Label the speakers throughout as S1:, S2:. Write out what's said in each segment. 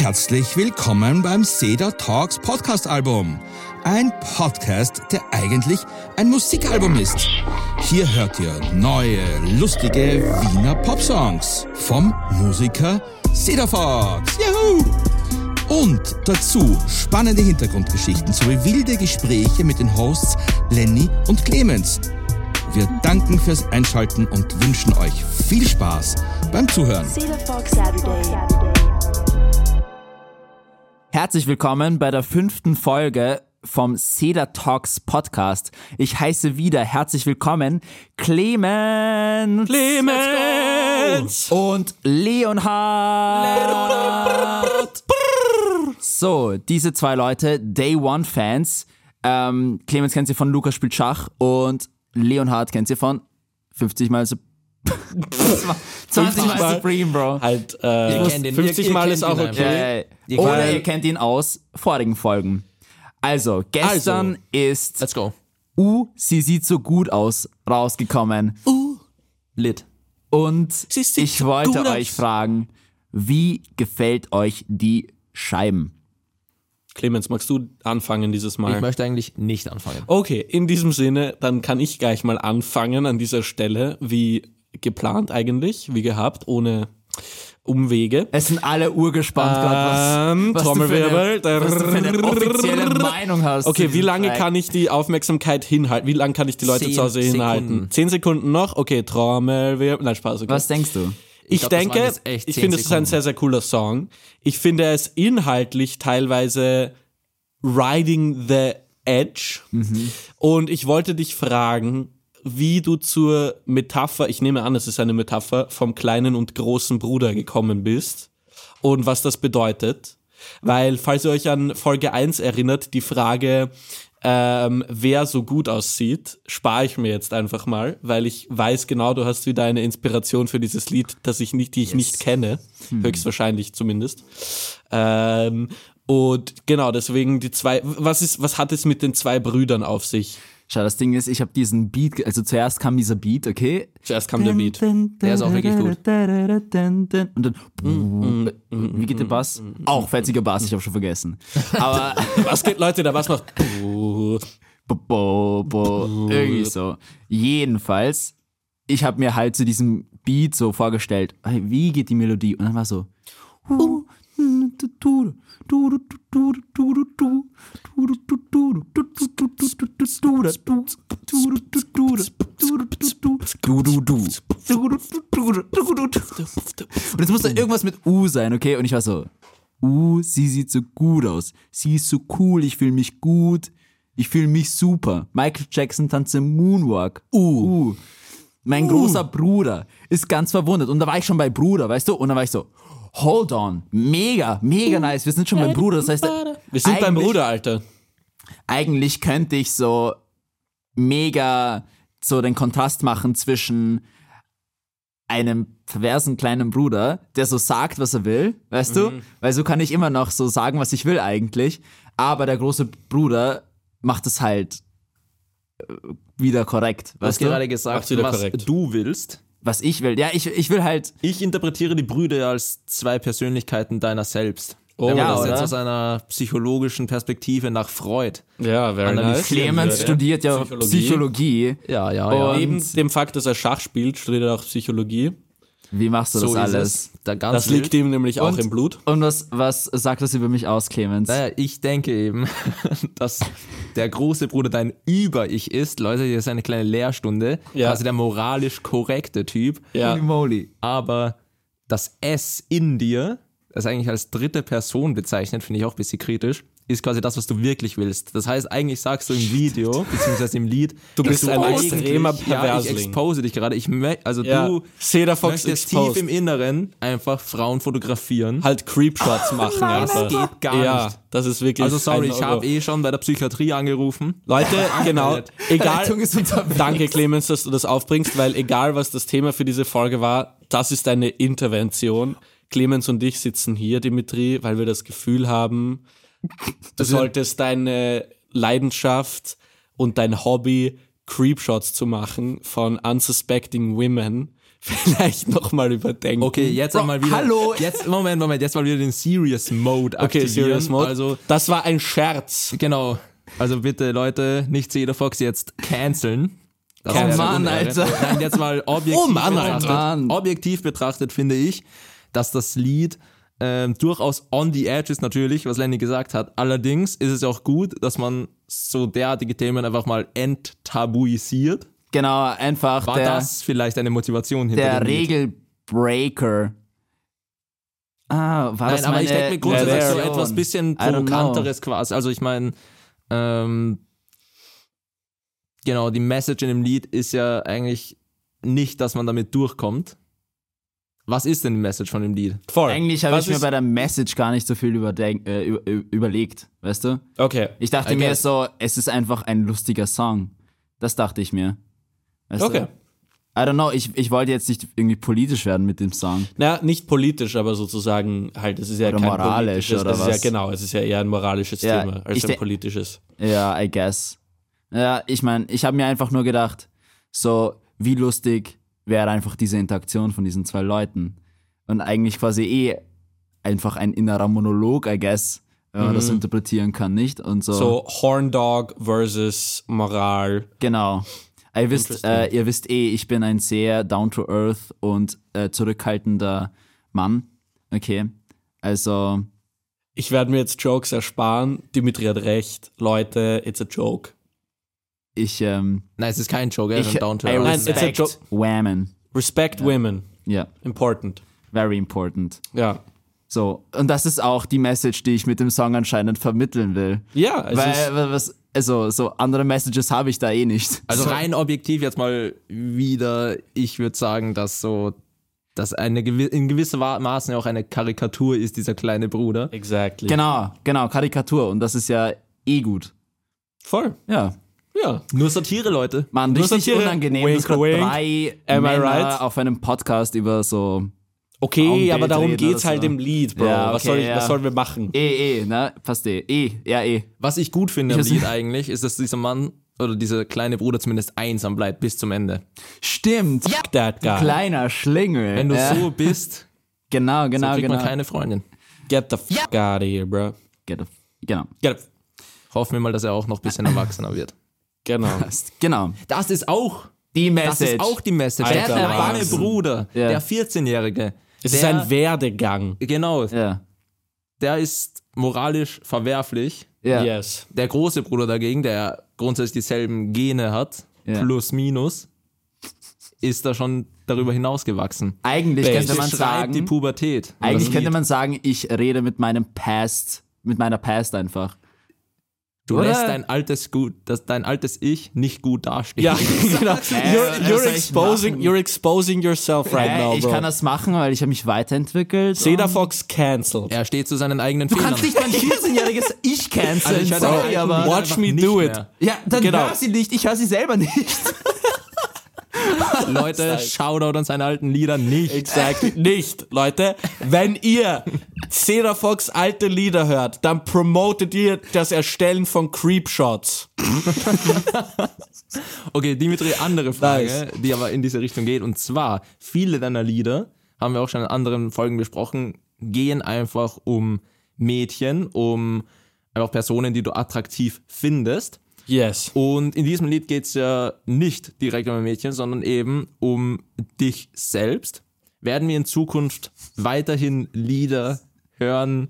S1: Herzlich willkommen beim Seda Talks Podcast Album. Ein Podcast, der eigentlich ein Musikalbum ist. Hier hört ihr neue, lustige Wiener Popsongs vom Musiker Seda Fox. Juhu! Und dazu spannende Hintergrundgeschichten sowie wilde Gespräche mit den Hosts Lenny und Clemens. Wir danken fürs Einschalten und wünschen euch viel Spaß beim Zuhören.
S2: Cedar Fox Saturday.
S3: Herzlich willkommen bei der fünften Folge vom Cedar Talks Podcast. Ich heiße wieder herzlich willkommen Clemens, Clemens und Leonhard. So, diese zwei Leute, Day One Fans. Ähm, Clemens kennt sie von Lukas spielt Schach und Leonhard kennt sie von 50 Mal Sup- 20 Mal
S4: 50 Mal.
S3: Supreme, Bro.
S4: halt äh,
S5: Ihr kennt ihn.
S4: 50
S5: Ihr- ihr
S4: Mal
S5: kennt
S4: ist
S5: ihn
S4: auch
S5: einfach.
S4: okay.
S3: Äh, oder ihr kennt ihn aus vorigen Folgen. Also, gestern ist
S5: Let's go.
S3: U, sie sieht so gut aus, rausgekommen.
S5: Lit.
S3: Und
S4: sieht
S3: ich
S4: so
S3: wollte
S4: gut aus.
S3: euch fragen, wie gefällt euch die Scheiben?
S4: Clemens, magst du anfangen dieses
S5: Ich
S4: Mal?
S5: möchte eigentlich nicht anfangen.
S4: Okay, in diesem Sinne, dann kann ich gleich mal anfangen an dieser Stelle, wie geplant eigentlich, wie gehabt, ohne Umwege.
S3: Es sind alle urgespannt, ähm,
S4: Ähm,
S3: was, was, du für eine,
S4: Trommelwirbel.
S3: was du für eine offizielle Meinung hast. zu
S4: Okay, wie
S3: diesem
S4: lange
S3: Track.
S4: kann ich die Aufmerksamkeit hinhalten? Wie lange kann ich die Leute
S5: Zehn
S4: zu Hause hinhalten?
S5: Sekunden.
S4: Zehn Sekunden noch? Okay, Trommelwirbel. Nein, Spaß. Okay.
S3: Was denkst du?
S4: Ich
S5: glaub, das waren
S4: denke,
S5: jetzt echt
S4: ich
S5: zehn
S4: finde, es ist ein
S5: Sekunden.
S4: sehr, sehr cooler Song. Ich finde es inhaltlich teilweise Riding the Edge.
S5: Mhm.
S4: Und ich wollte dich fragen, wie du zur Metapher, ich nehme an, es ist eine Metapher, vom kleinen und großen Bruder gekommen bist und was das bedeutet. Weil, falls ihr euch an Folge 1 erinnert, die Frage, ähm, wer so gut aussieht, spare ich mir jetzt einfach mal, weil ich weiß genau, du hast wieder eine Inspiration für dieses Lied, das ich nicht, die ich nicht kenne,
S3: Hm.
S4: höchstwahrscheinlich zumindest. Ähm, und genau, deswegen die zwei, was ist, was hat es mit den zwei Brüdern auf sich?
S3: Schau, das Ding ist, ich habe diesen Beat, ge- also zuerst kam dieser Beat, okay?
S4: Zuerst kam der Beat.
S3: Der
S5: ist auch wirklich gut.
S3: Und dann, mm, wie geht der Bass? Auch fetziger Bass, ich habe schon vergessen. Aber
S4: Was geht, Leute, da was noch? Puh.
S3: bo, bo, bo, irgendwie so. Jedenfalls, ich habe mir halt zu diesem Beat so vorgestellt, hey, wie geht die Melodie? Und dann war so. Und es musste irgendwas mit U sein, okay? Und ich war so, U, Uh, sie sieht so gut aus. Sie ist so cool, ich fühle mich gut. Ich fühle mich super. Michael Jackson tanze Moonwalk. U. U. Mein großer Bruder ist ganz verwundert. Und da war ich schon bei Bruder, weißt du? Und da war ich so, hold on, mega, mega nice. Wir sind schon beim Bruder. Das heißt,
S4: Wir sind beim
S3: eigentlich-
S4: Bruder, Alter.
S3: eigentlich könnte ich so mega so den Kontrast machen zwischen einem perversen kleinen Bruder, der so sagt, was er will, weißt du? Weil so kann ich immer noch so sagen, was ich will eigentlich. Aber der große Bruder macht es halt äh, wieder korrekt,
S5: Du hast
S3: weißt
S5: gerade
S3: du?
S5: gesagt,
S4: Absolut
S5: was
S4: korrekt.
S5: du willst.
S3: Was ich will. Ja, ich, ich will halt,
S5: Ich interpretiere die Brüder als zwei Persönlichkeiten deiner selbst. Oh, Wenn man
S3: ja,
S5: das
S3: oder?
S5: jetzt aus einer psychologischen Perspektive nach Freud.
S4: Ja, very
S5: nice.
S3: Clemens studiert ja
S4: Psychologie.
S3: Psychologie.
S5: Ja, ja,
S3: ja.
S5: ja.
S4: Neben dem Fakt, dass er Schach spielt, studiert er auch Psychologie.
S3: Wie machst du das alles?
S5: Da ganz
S4: Das liegt ihm nämlich auch
S3: Und-
S4: im Blut.
S3: Und was, was sagt das über mich aus, Clemens?
S5: Naja, ich denke eben, dass der große Bruder dein Über-Ich ist. Leute, hier ist eine kleine Lehrstunde.
S4: Ja.
S5: Also der moralisch korrekte Typ.
S4: Ja.
S3: Holy moly.
S5: aber das S in dir, das eigentlich als dritte Person bezeichnet, finde ich auch ein bisschen kritisch, ist quasi das, was du wirklich willst. Das heißt, eigentlich sagst du im Video, beziehungsweise im Lied, du
S4: bist ein
S5: eigentlich-
S4: extremer
S5: Ja, ich
S4: Perversling.
S5: expose dich gerade. Ich mö- also
S4: Ja.
S5: du
S4: Cedar Fox
S5: möchtest
S4: exposed.
S5: tief im Inneren einfach Frauen fotografieren.
S4: Halt Creepshots machen. Alter.
S5: das geht gar
S4: ja,
S5: nicht.
S4: das ist wirklich.
S5: Also sorry,
S4: ein
S5: ich
S4: Euro.
S5: habe eh schon bei der Psychiatrie angerufen.
S4: Leute, genau.
S3: Leitung
S4: Egal.
S3: ist unterwegs.
S4: Danke, Clemens, dass du das aufbringst, weil egal, was das Thema für diese Folge war, das ist eine Intervention. Clemens und ich sitzen hier, Dimitri, weil wir das Gefühl haben, du
S5: Also
S4: solltest deine Leidenschaft und dein Hobby, Creepshots zu machen von unsuspecting women, vielleicht nochmal überdenken.
S5: Okay, jetzt
S3: Bro,
S5: einmal wieder.
S3: hallo.
S5: Jetzt, Moment, Moment, jetzt mal wieder den Serious Mode
S4: Okay,
S5: aktivieren.
S4: Serious Mode.
S5: Also,
S4: das war ein Scherz.
S5: genau. Also bitte, Leute, nicht jeder Fox jetzt canceln. Das
S4: Cancel.
S5: wäre
S4: Oh
S3: Mann,
S5: Unehre.
S3: Alter.
S5: Nein, jetzt mal objektiv,
S4: Oh Mann, Alter.
S5: betrachtet,
S3: Mann.
S5: objektiv betrachtet finde ich, dass das Lied ähm, durchaus on the edge ist natürlich, was Lenny gesagt hat. Allerdings ist es auch gut, dass man so derartige Themen einfach mal enttabuisiert.
S3: Genau, einfach
S5: War
S3: der,
S5: das vielleicht eine Motivation hinter
S3: der
S5: dem Lied?
S3: Regelbreaker. Ah, war das
S5: Nein, aber
S3: meine
S5: ich denke mir grundsätzlich so
S3: Version?
S5: etwas bisschen
S3: I don't know.
S5: provokanteres quasi. Also ich meine, ähm, genau, die Message in dem Lied ist ja eigentlich nicht, dass man damit durchkommt. Was ist denn die Message von dem Lied?
S4: Voll.
S3: Eigentlich habe
S4: Was
S3: ich mir
S4: ist-
S3: bei der Message gar nicht so viel überdenk äh, über- überlegt, weißt du?
S4: Okay.
S3: Ich dachte
S5: I
S3: mir
S5: guess.
S3: so, es ist einfach ein lustiger Song. Das dachte ich mir. Weißt
S4: Okay.
S3: Du? I don't know, ich, ich wollte jetzt nicht irgendwie politisch werden mit dem Song.
S4: Na, nicht politisch, aber sozusagen halt, es ist ja
S3: Oder
S4: kein
S3: moralisch
S4: politisches,
S3: oder
S4: es
S3: was?
S4: Ist ja, genau, es ist ja eher ein moralisches
S3: Ja,
S4: Thema
S3: ich
S4: als
S3: de-
S4: ein politisches.
S3: Ja, I guess. Ja, ich meine, ich habe mir einfach nur gedacht, so, wie lustig wäre einfach diese Interaktion von diesen zwei Leuten. Und eigentlich quasi eh einfach ein innerer Monolog, I guess, wenn man das interpretieren kann, nicht? Und so.
S4: Mhm. So Horndog versus Moral.
S3: Genau. Ihr wisst, äh, ihr wisst eh, ich bin ein sehr down-to-earth und äh, zurückhaltender Mann. Okay. Also,
S4: Ich werde mir jetzt Jokes ersparen. Dimitri hat recht. Leute, it's a joke.
S3: ich, ähm,
S5: Nein, es ist kein Joke, er ist
S3: ich
S5: ein Down to
S3: I
S5: Earth.
S4: Nein, it's a
S3: respect
S4: joke.
S3: women.
S4: Respect women.
S3: Ja,
S4: Important.
S3: very important.
S4: Ja.
S3: So, und das ist auch die Message, die ich mit dem Song anscheinend vermitteln will.
S4: Ja, es ist,
S3: Weil, wa- was, also, so andere Messages habe ich da eh nicht.
S5: Also rein objektiv jetzt mal wieder, ich würde sagen, dass so, dass eine gewi in gewissem Maßen auch eine Karikatur ist, dieser kleine Bruder.
S4: exactly.
S3: Genau, genau, Karikatur. Und das ist ja eh gut.
S4: Voll.
S3: Ja.
S4: Ja.
S5: Nur Satire, Leute.
S3: Mann,
S4: Nur
S3: richtig
S4: Satire.
S3: unangenehm,
S4: Wink,
S3: dass grad
S4: wink.
S3: drei
S4: Am I
S3: Männer
S4: right?
S3: auf einem Podcast über so
S4: Okay,
S3: Frauenbild
S4: aber darum
S3: reden
S4: geht's
S3: oder
S4: halt
S3: so.
S4: im Lied, Bro.
S3: Ja,
S4: was,
S3: okay,
S4: soll ich,
S3: ja.
S4: was sollen wir machen?
S3: eh, eh, ne? Fast eh. Eh, ja, eh.
S5: Was ich gut finde am
S3: Ich-
S5: Lied eigentlich, ist, dass dieser Mann oder dieser kleine Bruder zumindest einsam bleibt bis zum Ende.
S3: Stimmt.
S4: Fuck that guy.
S3: Kleiner Schlingel.
S5: Wenn du
S3: ja.
S5: so bist,
S3: Genau,
S5: dann
S3: genau,
S5: kriegt
S3: genau.
S5: man keine Freundin.
S4: Get the fuck out of here, bro.
S3: Get off. Genau.
S4: Get the f-
S5: Hoffen wir mal, dass er auch noch ein bisschen erwachsener wird.
S4: Genau.
S3: Genau.
S5: Das ist auch,
S3: Die
S5: das
S3: Message.
S5: ist auch die Message.
S4: Alter,
S5: der kleine
S4: Wahnsinn.
S5: Bruder,
S3: Ja.
S5: der 14-Jährige,
S4: es ist
S5: Der-
S4: ein Werdegang.
S5: genau,
S3: ja.
S5: der ist moralisch verwerflich.
S3: Ja.
S4: Yes.
S5: Der große Bruder dagegen, der grundsätzlich dieselben Gene hat,
S3: Ja.
S5: plus minus, ist da schon darüber hinausgewachsen.
S3: Eigentlich
S4: Babe.
S3: könnte man
S5: Beschreibt die
S3: sagen,
S5: Pubertät.
S3: eigentlich
S5: Das
S3: könnte
S5: Lied.
S3: man sagen, ich rede mit meinem Past, mit meiner Past einfach.
S5: Du
S3: Oder?
S5: lässt dein altes gut, das, dein altes Ich nicht gut dastehen.
S4: Ja,
S3: äh,
S4: genau. You're,
S3: was
S4: you're,
S3: soll ich
S4: exposing,
S3: machen?
S4: you're exposing yourself right
S3: Äh,
S4: now,
S3: ich
S4: bro.
S3: kann das machen, weil ich habe mich weiterentwickelt.
S4: Seda Fox cancelled.
S5: Er steht zu seinen eigenen
S3: Du
S5: Fehlern.
S3: kannst nicht mein 14-jähriges Ich canceln,
S5: ich hatte auch
S3: sorry,
S5: einen
S3: aber...
S5: Lied
S4: Watch
S5: einfach
S4: me
S5: nicht
S4: do it.
S5: mehr.
S3: Ja, dann
S4: Genau.
S3: hör sie nicht, ich höre sie selber nicht.
S5: Leute, Shoutout an seine alten Lieder nicht.
S4: Exactly. Nicht, Leute. Wenn ihr Seda Fox alte Lieder hört, dann promotet ihr das Erstellen von Creepshots.
S5: Okay, Dimitri, andere Frage, die aber in diese Richtung geht. Und zwar, viele deiner Lieder, haben wir auch schon in anderen Folgen besprochen, gehen einfach um Mädchen, um einfach Personen, die du attraktiv findest.
S4: Yes.
S5: Und in diesem Lied geht es ja nicht direkt um ein Mädchen, sondern eben um dich selbst. Werden wir in Zukunft weiterhin Lieder hören,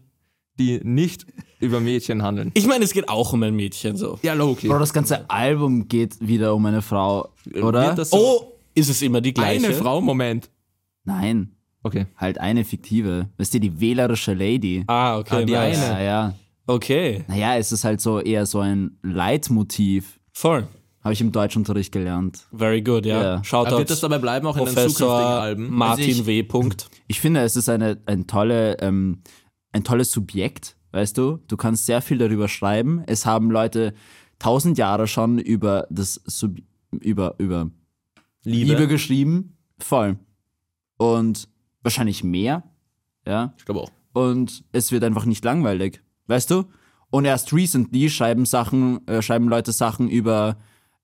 S5: die nicht über Mädchen handeln?
S4: Ich meine, es geht auch um ein Mädchen so.
S5: Ja, Loki.
S3: Bro, das ganze Album geht wieder um eine Frau, oder?
S5: Wird das so
S4: Oh, ist es immer die gleiche?
S5: eine Frau? Moment.
S3: Nein,
S5: Okay.
S3: halt eine fiktive. Weißt du, die wählerische Lady.
S4: Ah, okay.
S5: Ah, die
S4: nice.
S5: eine.
S3: Ja, ja.
S4: Okay,
S3: Naja, es ist halt so eher so ein Leitmotiv.
S4: voll.
S3: Habe ich im Deutschunterricht gelernt.
S4: Very good,
S3: Ja.
S4: ja.
S5: Aber wird das
S4: Shoutouts
S5: dabei bleiben, auch in den zukünftigen
S4: Professor
S5: Alben?
S4: Martin
S3: Also ich-
S4: W. Punkt.
S3: Ich finde, es ist eine, ein, tolle, ähm, ein tolles Subjekt, weißt du? Du kannst sehr viel darüber schreiben. Es haben Leute tausend Jahre schon über das Sub über, über
S5: Liebe.
S3: Liebe. geschrieben. Voll. Und wahrscheinlich mehr. Ja.
S5: Ich glaube auch.
S3: Und es wird einfach nicht langweilig. Weißt du? Und erst recently schreiben Sachen, äh, schreiben Leute Sachen über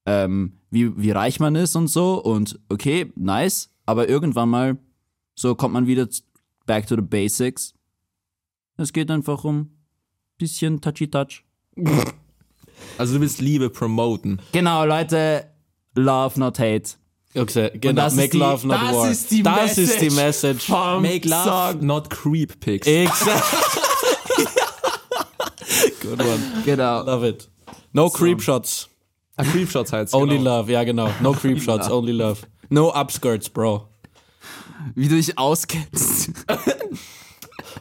S3: ähm, wie, wie reich man ist und so. Und okay, nice. aber irgendwann mal so kommt man wieder z- back to the basics. Es geht einfach um bisschen touchy-touch.
S5: Also du willst Liebe promoten.
S3: Genau, Leute, love, not hate.
S4: Okay, genau.
S3: das ist
S4: Make
S3: die-
S4: love, not
S3: das
S4: war.
S3: ist die
S4: das ist die
S3: Message
S4: Message.
S3: vom
S4: Make love.
S3: Song.
S5: Not creep pics.
S4: Eh. Exactly. Good one.
S3: Genau.
S4: Love it. No creep shots.
S5: Ah, creep shots heißt
S4: Only
S5: genau.
S4: love. Ja, genau. No creep shots. Only love. No upskirts, bro.
S3: Wie du dich auskennst.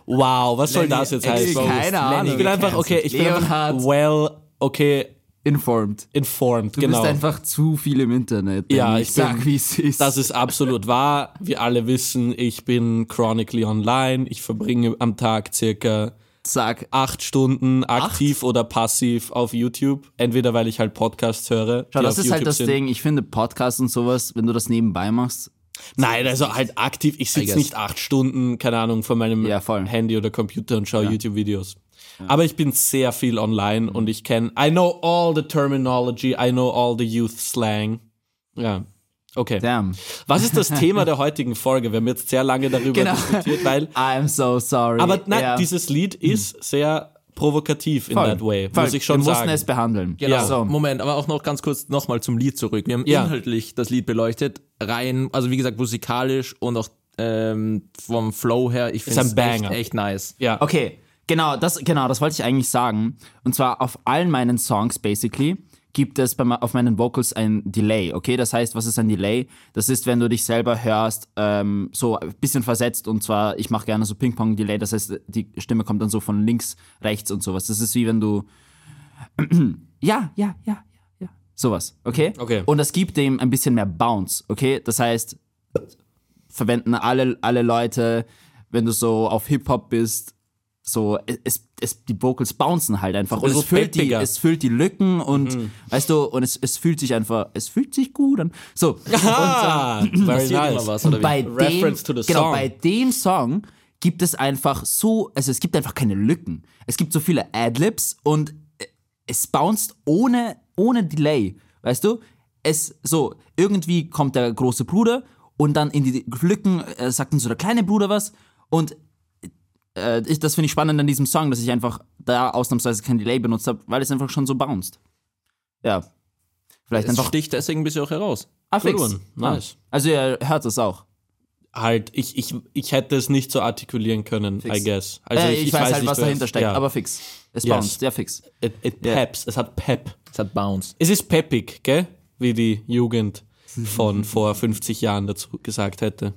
S4: Wow, was soll das jetzt heißen?
S3: keine Ahnung.
S4: Ich bin einfach, okay, ich bin einfach
S3: Leonhard.
S4: well, okay,
S3: Informed.
S4: informed.
S3: Du
S4: genau.
S3: bist einfach zu viel im Internet.
S4: Ja,
S3: Danny.
S4: ich
S3: sag,
S4: bin-
S3: wie es ist.
S4: Das ist absolut wahr. Wir alle wissen, ich bin chronically online. Ich verbringe am Tag circa
S3: sag,
S4: acht Stunden aktiv oder passiv auf YouTube. Entweder weil ich halt Podcasts höre.
S3: Schau,
S4: die
S3: das
S4: auf
S3: ist halt
S4: YouTube
S3: das
S4: sind.
S3: Ding. Ich finde Podcasts und sowas, wenn du das nebenbei machst,
S4: Nein, also halt aktiv. Ich
S5: I
S4: sitze
S5: guess.
S4: nicht acht Stunden, keine Ahnung, vor meinem
S3: Ja, voll.
S4: Handy oder Computer und schaue YouTube-Videos. Aber ich bin sehr viel online
S3: Mhm.
S4: und ich kenne, I know all the terminology, I know all the youth slang. Ja, okay.
S3: damn.
S4: Was ist das Thema der heutigen Folge? Wir haben jetzt sehr lange darüber
S3: Genau.
S4: diskutiert, weil
S3: I'm so sorry.
S4: Aber nein,
S3: Ja.
S4: dieses Lied ist sehr provokativ in
S3: Voll.
S4: that way,
S3: Voll.
S4: muss ich schon
S3: Wir
S4: sagen.
S3: mussten es behandeln.
S5: Genau.
S4: Ja.
S3: So.
S5: Moment, aber auch noch ganz kurz nochmal zum Lied zurück. Wir haben
S4: Ja.
S5: inhaltlich das Lied beleuchtet, rein, also wie gesagt, musikalisch und auch ähm, vom Flow her. Ich finde
S4: ein
S5: es echt,
S4: Banger.
S5: echt nice.
S4: ja.
S3: Okay, genau, das, genau, das wollte ich eigentlich sagen. Und zwar auf allen meinen Songs, basically, gibt es bei, me- auf meinen Vocals ein Delay, okay? Das heißt, was ist ein Delay? Das ist, wenn du dich selber hörst, ähm, so ein bisschen versetzt. Und zwar, ich mache gerne so Ping-Pong-Delay. Das heißt, die Stimme kommt dann so von links, rechts und sowas. Das ist wie wenn du... Ja, ja, ja, ja, ja. Sowas, okay?
S4: Okay.
S3: Und das gibt dem ein bisschen mehr Bounce, okay? Das heißt, verwenden alle, alle Leute, wenn du so auf Hip-Hop bist, so, es, es, die Vocals bouncen halt einfach. Und
S4: bisschen
S3: es füllt, die,
S4: peppiger.
S3: es füllt die Lücken und, weißt du, und es, es fühlt sich einfach, es fühlt sich gut an. So, ähm,
S4: Ah, very
S5: Passiert
S4: nice.
S5: immer was, oder
S3: und
S5: wie?
S3: bei
S4: Reference to
S3: dem,
S4: the
S3: genau,
S4: song.
S3: bei dem Song gibt es einfach so, also es gibt einfach keine Lücken. Es gibt so viele Adlibs und äh, es bounced ohne, ohne Delay, weißt du? Es so, irgendwie kommt der große Bruder und dann in die Lücken äh, sagt dann so der kleine Bruder was und äh, ich, das finde ich spannend an diesem Song, dass ich einfach da ausnahmsweise kein Delay benutzt habe, weil es einfach schon so bounced. Ja. Vielleicht
S5: Es
S3: einfach
S5: sticht deswegen ein bisschen auch heraus.
S3: Ah, fix.
S4: one.
S3: Ah.
S4: Nice.
S3: Also ihr hört es auch.
S4: Halt, ich, ich, ich hätte es nicht so artikulieren können, I guess. Also
S3: äh, ich, weiß, halt,
S4: nicht,
S3: was
S4: wer es-
S3: dahinter steckt,
S4: ja.
S3: aber fix. Es
S4: Yes.
S3: bounced, ja fix.
S4: It, it peps, es hat Pep.
S5: Es hat Bounce.
S4: Es ist peppig, gell? Wie die Jugend von vor 50 Jahren dazu gesagt hätte.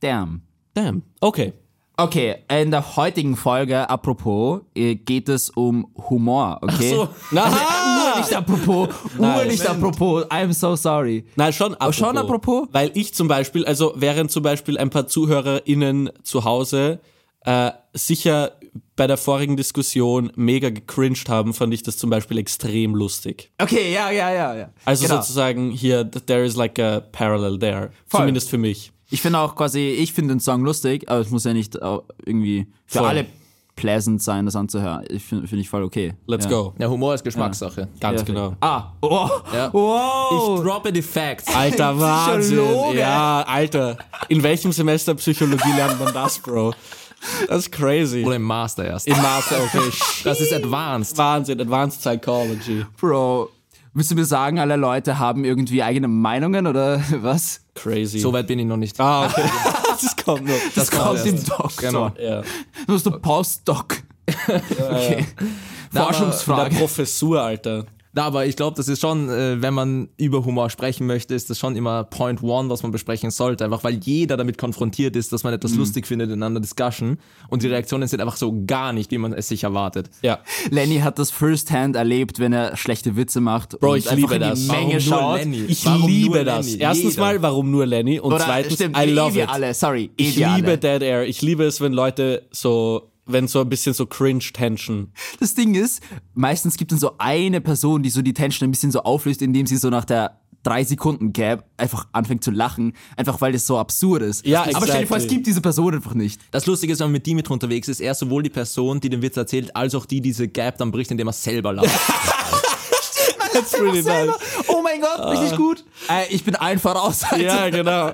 S3: Damn.
S4: Damn. Okay.
S3: Okay, in der heutigen Folge, apropos, äh, geht es um Humor, okay? Also,
S4: So. Ah! Na,
S3: Nicht apropos, urlich apropos, I'm so sorry.
S4: Nein, schon apropos.
S3: schon apropos?
S4: Weil ich zum Beispiel, also während zum Beispiel ein paar ZuhörerInnen zu Hause äh, sicher bei der vorigen Diskussion mega gecringed haben, fand ich das zum Beispiel extrem lustig.
S3: Okay, ja, ja, ja, ja.
S4: Also
S3: Genau.
S4: sozusagen hier, th- there is like a parallel there.
S3: Voll.
S4: Zumindest für mich.
S3: Ich finde auch quasi, ich finde den Song lustig, aber es muss ja nicht äh, irgendwie für
S4: Voll.
S3: alle pleasant sein, das anzuhören. Ich finde find ich voll okay.
S4: Let's
S3: ja.
S4: go.
S5: Ja, Humor ist Geschmackssache.
S4: Ganz
S3: Ja,
S4: genau.
S3: Ah, oh,
S5: Ja.
S3: wow.
S5: Ich droppe die Facts.
S4: Alter, Wahnsinn.
S3: Psychologe.
S4: Ja, Alter. In welchem Semester Psychologie lernt man das, Bro? Das ist crazy.
S5: Oder im Master erst.
S4: Im Master, okay.
S5: Das ist advanced.
S4: Wahnsinn, Advanced Psychology.
S3: Bro, willst du mir sagen, alle Leute haben irgendwie eigene Meinungen oder was?
S4: Crazy.
S5: So weit bin ich noch nicht.
S4: Ah, okay. das kommt noch.
S3: Das, kommt
S5: erst.
S3: im Doktor.
S5: Genau.
S4: ja.
S3: Du hast einen Postdoc. Okay.
S4: In der
S3: Forschungsfrage.
S4: Professur, Alter.
S5: Na, aber ich glaube, das ist schon, äh, wenn man über Humor sprechen möchte, ist das schon immer Point One, was man besprechen sollte. Einfach weil jeder damit konfrontiert ist, dass man etwas lustig findet in einer Discussion. Und die Reaktionen sind einfach so gar nicht, wie man es sich erwartet.
S4: Ja.
S3: Lenny hat das firsthand erlebt, wenn er schlechte Witze macht
S4: Bro,
S3: und
S4: ich
S3: einfach
S4: liebe
S3: in die
S4: das.
S5: Warum
S3: Menge
S5: nur
S3: schaut.
S5: Lenny?
S4: Ich
S5: Warum
S4: liebe
S5: nur
S4: das.
S5: Lenny?
S4: Erstens
S5: Jeder.
S4: mal, warum nur Lenny? Und
S3: Oder
S4: zweitens,
S3: stimmt,
S4: I
S3: eh
S4: love
S3: wir
S4: it.
S3: alle, sorry, eh
S4: Ich
S3: wir
S4: liebe
S3: alle.
S4: Dead Air. Ich liebe es, wenn Leute so, wenn so ein bisschen so Cringe-Tension.
S3: Das Ding ist, meistens gibt es so eine Person, die so die Tension ein bisschen so auflöst, indem sie so nach der 3 Sekunden Gap einfach anfängt zu lachen, einfach weil das so absurd ist.
S4: Ja,
S3: Aber stell dir vor,
S4: exactly.
S3: es gibt diese Person einfach nicht.
S5: Das Lustige ist, wenn man mit Dimitri unterwegs ist, er ist sowohl die Person, die den Witz erzählt, als auch die, die diese Gap dann bricht, indem er selber lacht.
S4: That's really nice. Ah.
S3: Oh mein Gott, richtig gut. Äh, ich bin ein voraus. Alter.
S4: Ja, genau.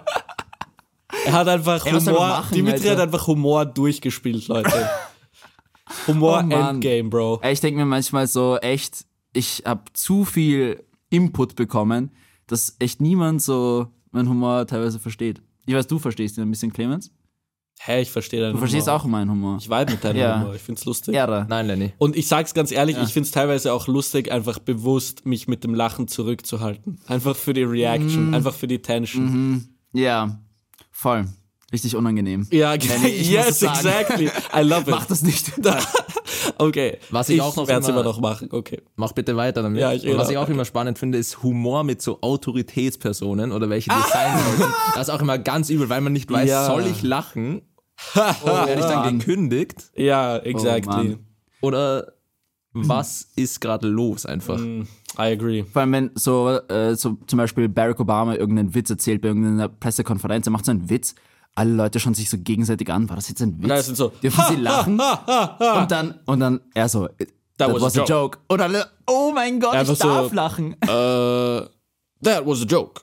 S4: Er hat einfach
S3: Ey, was soll man
S4: Humor.
S3: machen,
S4: Dimitri
S3: Alter?
S4: hat einfach Humor durchgespielt, Leute. Humor
S3: Oh, Mann.
S4: Endgame, Bro.
S3: Ey, Ich denke mir manchmal so, echt, ich habe zu viel Input bekommen, dass echt niemand so meinen Humor teilweise versteht. Ich weiß, du verstehst ihn ein bisschen, Clemens.
S4: Hä, ich verstehe deinen
S3: Du verstehst
S4: Humor.
S3: auch meinen Humor.
S4: Ich vibe mit deinem
S3: Ja.
S4: Humor. Ich find's lustig.
S3: Ehre.
S5: Nein, Lenny.
S4: Und ich sag's ganz ehrlich, ich find's teilweise auch lustig, einfach bewusst mich mit dem Lachen zurückzuhalten. Einfach für die
S3: Mm.
S4: Reaction, einfach für die Tension.
S3: Mhm. Ja, voll. Richtig unangenehm.
S4: Ja,
S3: ich muss es
S4: yes,
S3: sagen.
S4: exactly. I love
S3: Mach
S4: it.
S3: das nicht.
S4: Okay.
S5: Was ich auch noch
S4: werd's
S5: immer-
S4: immer noch machen. Okay.
S5: Mach bitte weiter damit.
S4: Ja, ich rede
S5: Und was ich
S4: auch.
S5: auch immer spannend finde, ist Humor mit so Autoritätspersonen oder welche die sein sollten. Das ist auch immer ganz übel, weil man nicht weiß,
S4: Ah! Ja.
S5: soll ich lachen? Oder werde ich dann
S3: Mann.
S5: gekündigt?
S4: Ja, exactly.
S3: Mann.
S5: Oder was ist gerade los einfach?
S4: Mm. I agree.
S3: Vor allem, wenn so, äh, so zum Beispiel Barack Obama irgendeinen Witz erzählt bei irgendeiner Pressekonferenz, er macht so einen Witz, alle Leute schauen sich so gegenseitig an. War das jetzt ein Witz?
S4: Nein, es sind so,
S3: Dürfen sie lachen? Und dann, und dann, er so, that,
S4: was a
S3: joke. Und alle, oh mein Gott,
S4: Einfach
S3: ich darf
S4: so-
S3: lachen.
S4: Uh, that was a joke.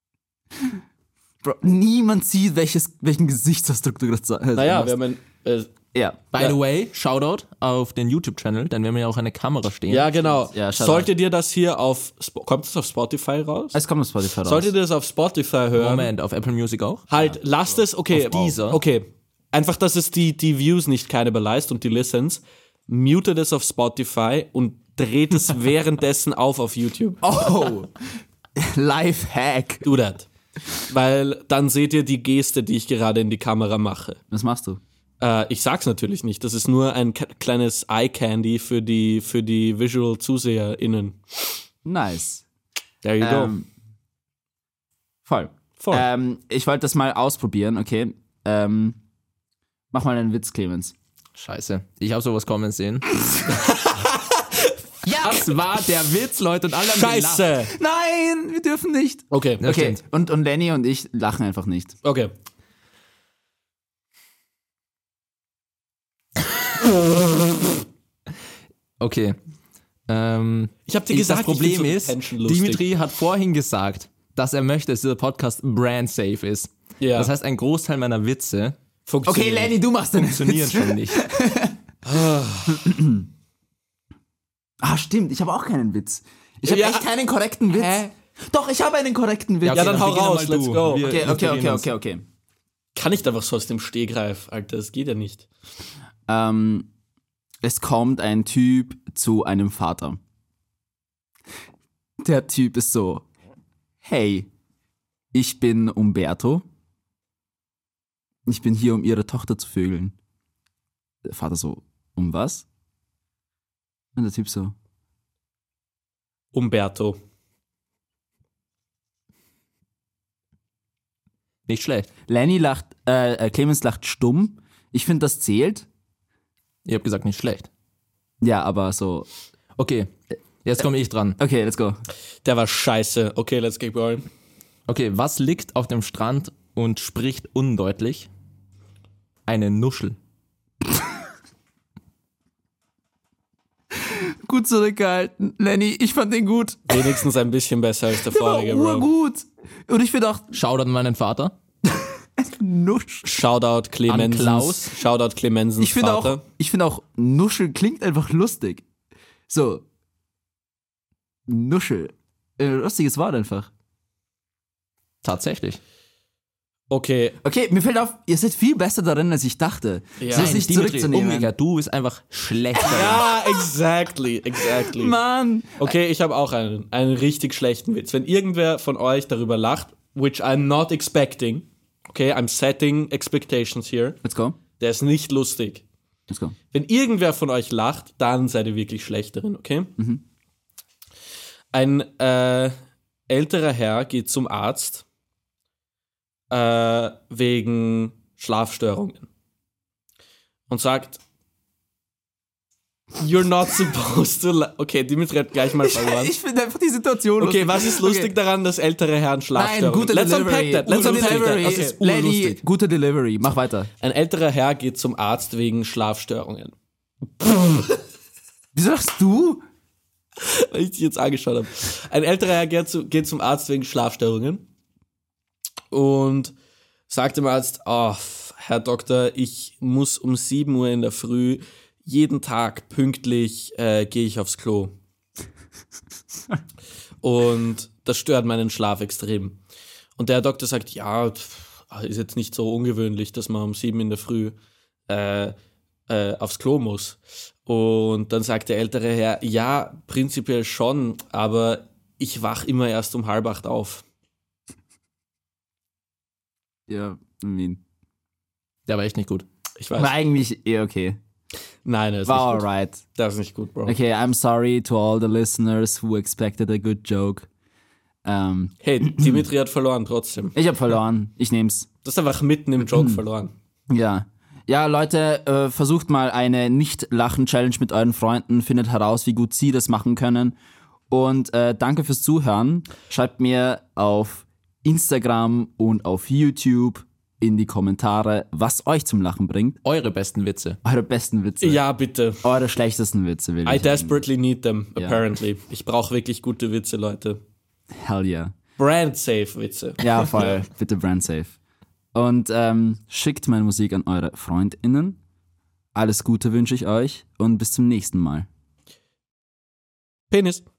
S3: Bro, niemand sieht, welches, welchen Gesichtsausdruck du gerade sagst.
S4: Naja, wir haben ein, äh,
S3: ja.
S5: By the way, Shoutout auf den YouTube-Channel, denn wir haben ja auch eine Kamera stehen.
S4: ja genau.
S3: Ja, schade.
S4: Solltet ihr das hier auf, Sp- kommt es auf Spotify raus?
S3: Es kommt auf Spotify raus.
S4: Solltet ihr das auf Spotify hören?
S5: Moment, auf Apple Music auch.
S4: Halt, lasst es, okay.
S5: Auf Deezer.
S4: Okay. Einfach, dass es die, die Views nicht keine beleidigt und die Listens. Mutet es auf Spotify und dreht es währenddessen auf auf YouTube.
S3: oh, Lifehack.
S4: Do that. Weil dann seht ihr die Geste, die ich gerade in die Kamera mache.
S3: Was machst du?
S4: Äh, ich sag's natürlich nicht. Das ist nur ein ke- kleines Eye Candy für die, für die Visual ZuseherInnen.
S3: Nice.
S4: There you
S3: Ähm, voll.
S4: go. Voll.
S3: Ähm, ich wollte das mal ausprobieren, okay. Ähm, mach mal einen Witz, Clemens.
S5: Scheiße, ich habe sowas kommen sehen. ja, das war der Witz, Leute, und alle haben gelacht.
S4: Scheiße!
S3: Nein, wir dürfen nicht.
S4: Okay,
S5: Ja.
S3: Okay,
S5: stimmt.
S3: und, und Lenny und ich lachen einfach nicht.
S4: okay.
S5: Okay. Ähm,
S4: Ich hab dir
S5: ich-
S4: gesagt,
S5: das Problem
S4: ich find so
S5: ist,
S4: Tension lustig.
S5: Dimitri hat vorhin gesagt, dass er möchte, dass dieser Podcast brand safe ist.
S4: Ja.
S5: Das heißt, ein Großteil meiner Witze
S4: Funktioniert.
S3: Okay, Lenny, du machst den
S5: funktionieren schon nicht.
S3: Ah, stimmt, ich habe auch keinen Witz. Ich habe
S4: Ja.
S3: echt keinen korrekten Witz. Doch, ich habe einen korrekten Witz.
S4: Ja, dann hau
S5: beginne
S4: raus,
S5: mal
S4: let's
S5: du.
S4: go.
S5: Wir
S3: okay, okay,
S5: ignorieren
S3: okay,
S5: uns.
S3: okay, okay.
S4: Kann ich da was so aus dem Stehgreif, Alter? Das geht ja nicht.
S3: Ähm, es kommt ein Typ zu einem Vater. Der Typ ist so, hey, ich bin Umberto. Ich bin hier, um ihre Tochter zu vögeln. Der Vater so, um was? Und der Typ so,
S4: Umberto.
S5: Nicht schlecht.
S3: Lenny lacht, äh, äh, Clemens lacht stumm. Ich finde, das zählt.
S5: Ihr habt gesagt, nicht schlecht.
S3: Ja, aber so,
S5: Okay, jetzt komme ich dran.
S3: okay, let's go.
S4: Der war scheiße. Okay, let's keep going.
S5: Okay, was liegt auf dem Strand und spricht undeutlich? Eine Nuschel.
S3: Gut zurückgehalten. Lenny, ich fand den gut.
S4: Wenigstens ein bisschen besser als der vorige, Bro.
S3: urgut. Und ich finde auch
S5: Shoutout an meinen Vater.
S3: Nusch.
S4: Shoutout Clemens.
S5: An Klaus.
S4: Shoutout Clemensens
S3: Ich finde auch,
S4: Vater.
S3: ich finde auch, Nuschel klingt einfach lustig. So. Nuschel. Äh, Lustiges Wort einfach.
S5: Tatsächlich.
S4: Okay,
S3: Okay, mir fällt auf, ihr seid viel besser darin, als ich dachte.
S4: Ja.
S3: Ja, so ist
S4: Nein,
S3: nicht
S5: Dimitri,
S3: zurückzunehmen.
S5: Umgekehrt, du bist einfach schlechter.
S4: Ja, exactly, exactly.
S3: Mann.
S4: Okay, ich habe auch einen, einen richtig schlechten Witz. Wenn irgendwer von euch darüber lacht, which I'm not expecting, okay, I'm setting expectations here,
S3: Let's go.
S4: der ist nicht lustig.
S3: Let's go.
S4: Wenn irgendwer von euch lacht, dann seid ihr wirklich schlecht darin, okay?
S3: Mhm.
S4: Ein äh, älterer Herr geht zum Arzt äh, wegen Schlafstörungen und sagt, You're not supposed to. la-" Okay, Dimitri hat gleich mal verloren.
S3: Ich finde einfach die Situation
S4: Okay, was ist lustig
S3: Okay.
S4: daran, dass ältere Herren Schlafstörungen
S3: Nein, gute
S4: Let's
S3: Delivery.
S4: unpack that. Let's
S3: gute
S4: unpack
S3: Delivery.
S4: that. Das ist
S3: Lenny,
S4: urlustig.
S3: gute Delivery. Mach weiter.
S4: Ein älterer Herr geht zum Arzt wegen Schlafstörungen.
S3: Wieso lachst du?
S4: weil ich dich jetzt angeschaut habe. Ein älterer Herr geht, zu, geht zum Arzt wegen Schlafstörungen und sagt dem Arzt, oh, Herr Doktor, ich muss um 7 Uhr in der Früh, jeden Tag pünktlich äh, gehe ich aufs Klo. Und das stört meinen Schlaf extrem. Und der Doktor sagt, ja, pf, ist jetzt nicht so ungewöhnlich, dass man um 7 in der Früh äh, äh, aufs Klo muss. Und dann sagt der ältere Herr, ja, prinzipiell schon, aber ich wach immer erst um halb acht auf.
S3: Ja, I mean.
S5: Der war echt nicht gut.
S4: Ich
S3: War
S4: weiß.
S3: eigentlich eh okay.
S4: Nein, das ist,
S3: War
S4: nicht gut.
S3: alright.
S4: das ist nicht gut, Bro.
S3: Okay, I'm sorry to all the listeners who expected a good joke. Ähm,
S4: Hey, Dimitri hat verloren trotzdem.
S3: ich hab verloren. Ich nehm's.
S4: Das ist einfach mitten im
S5: Mhm.
S4: Joke verloren.
S3: Ja. Ja, Leute, äh, versucht mal eine Nicht-Lachen-Challenge mit euren Freunden, findet heraus, wie gut sie das machen können. Und äh, danke fürs Zuhören. Schreibt mir auf Instagram und auf YouTube in die Kommentare, was euch zum Lachen bringt.
S5: Eure besten Witze.
S3: Eure besten Witze.
S4: Ja, bitte.
S3: Eure schlechtesten Witze, will
S4: I
S3: ich.
S4: desperately need them, apparently. Ich brauche wirklich gute Witze, Leute.
S3: Hell yeah.
S4: Brand-safe-Witze.
S3: Ja, voll. Bitte brand safe. Und ähm, schickt meine Musik an eure FreundInnen. Alles Gute wünsche ich euch und bis zum nächsten Mal.
S4: Penis.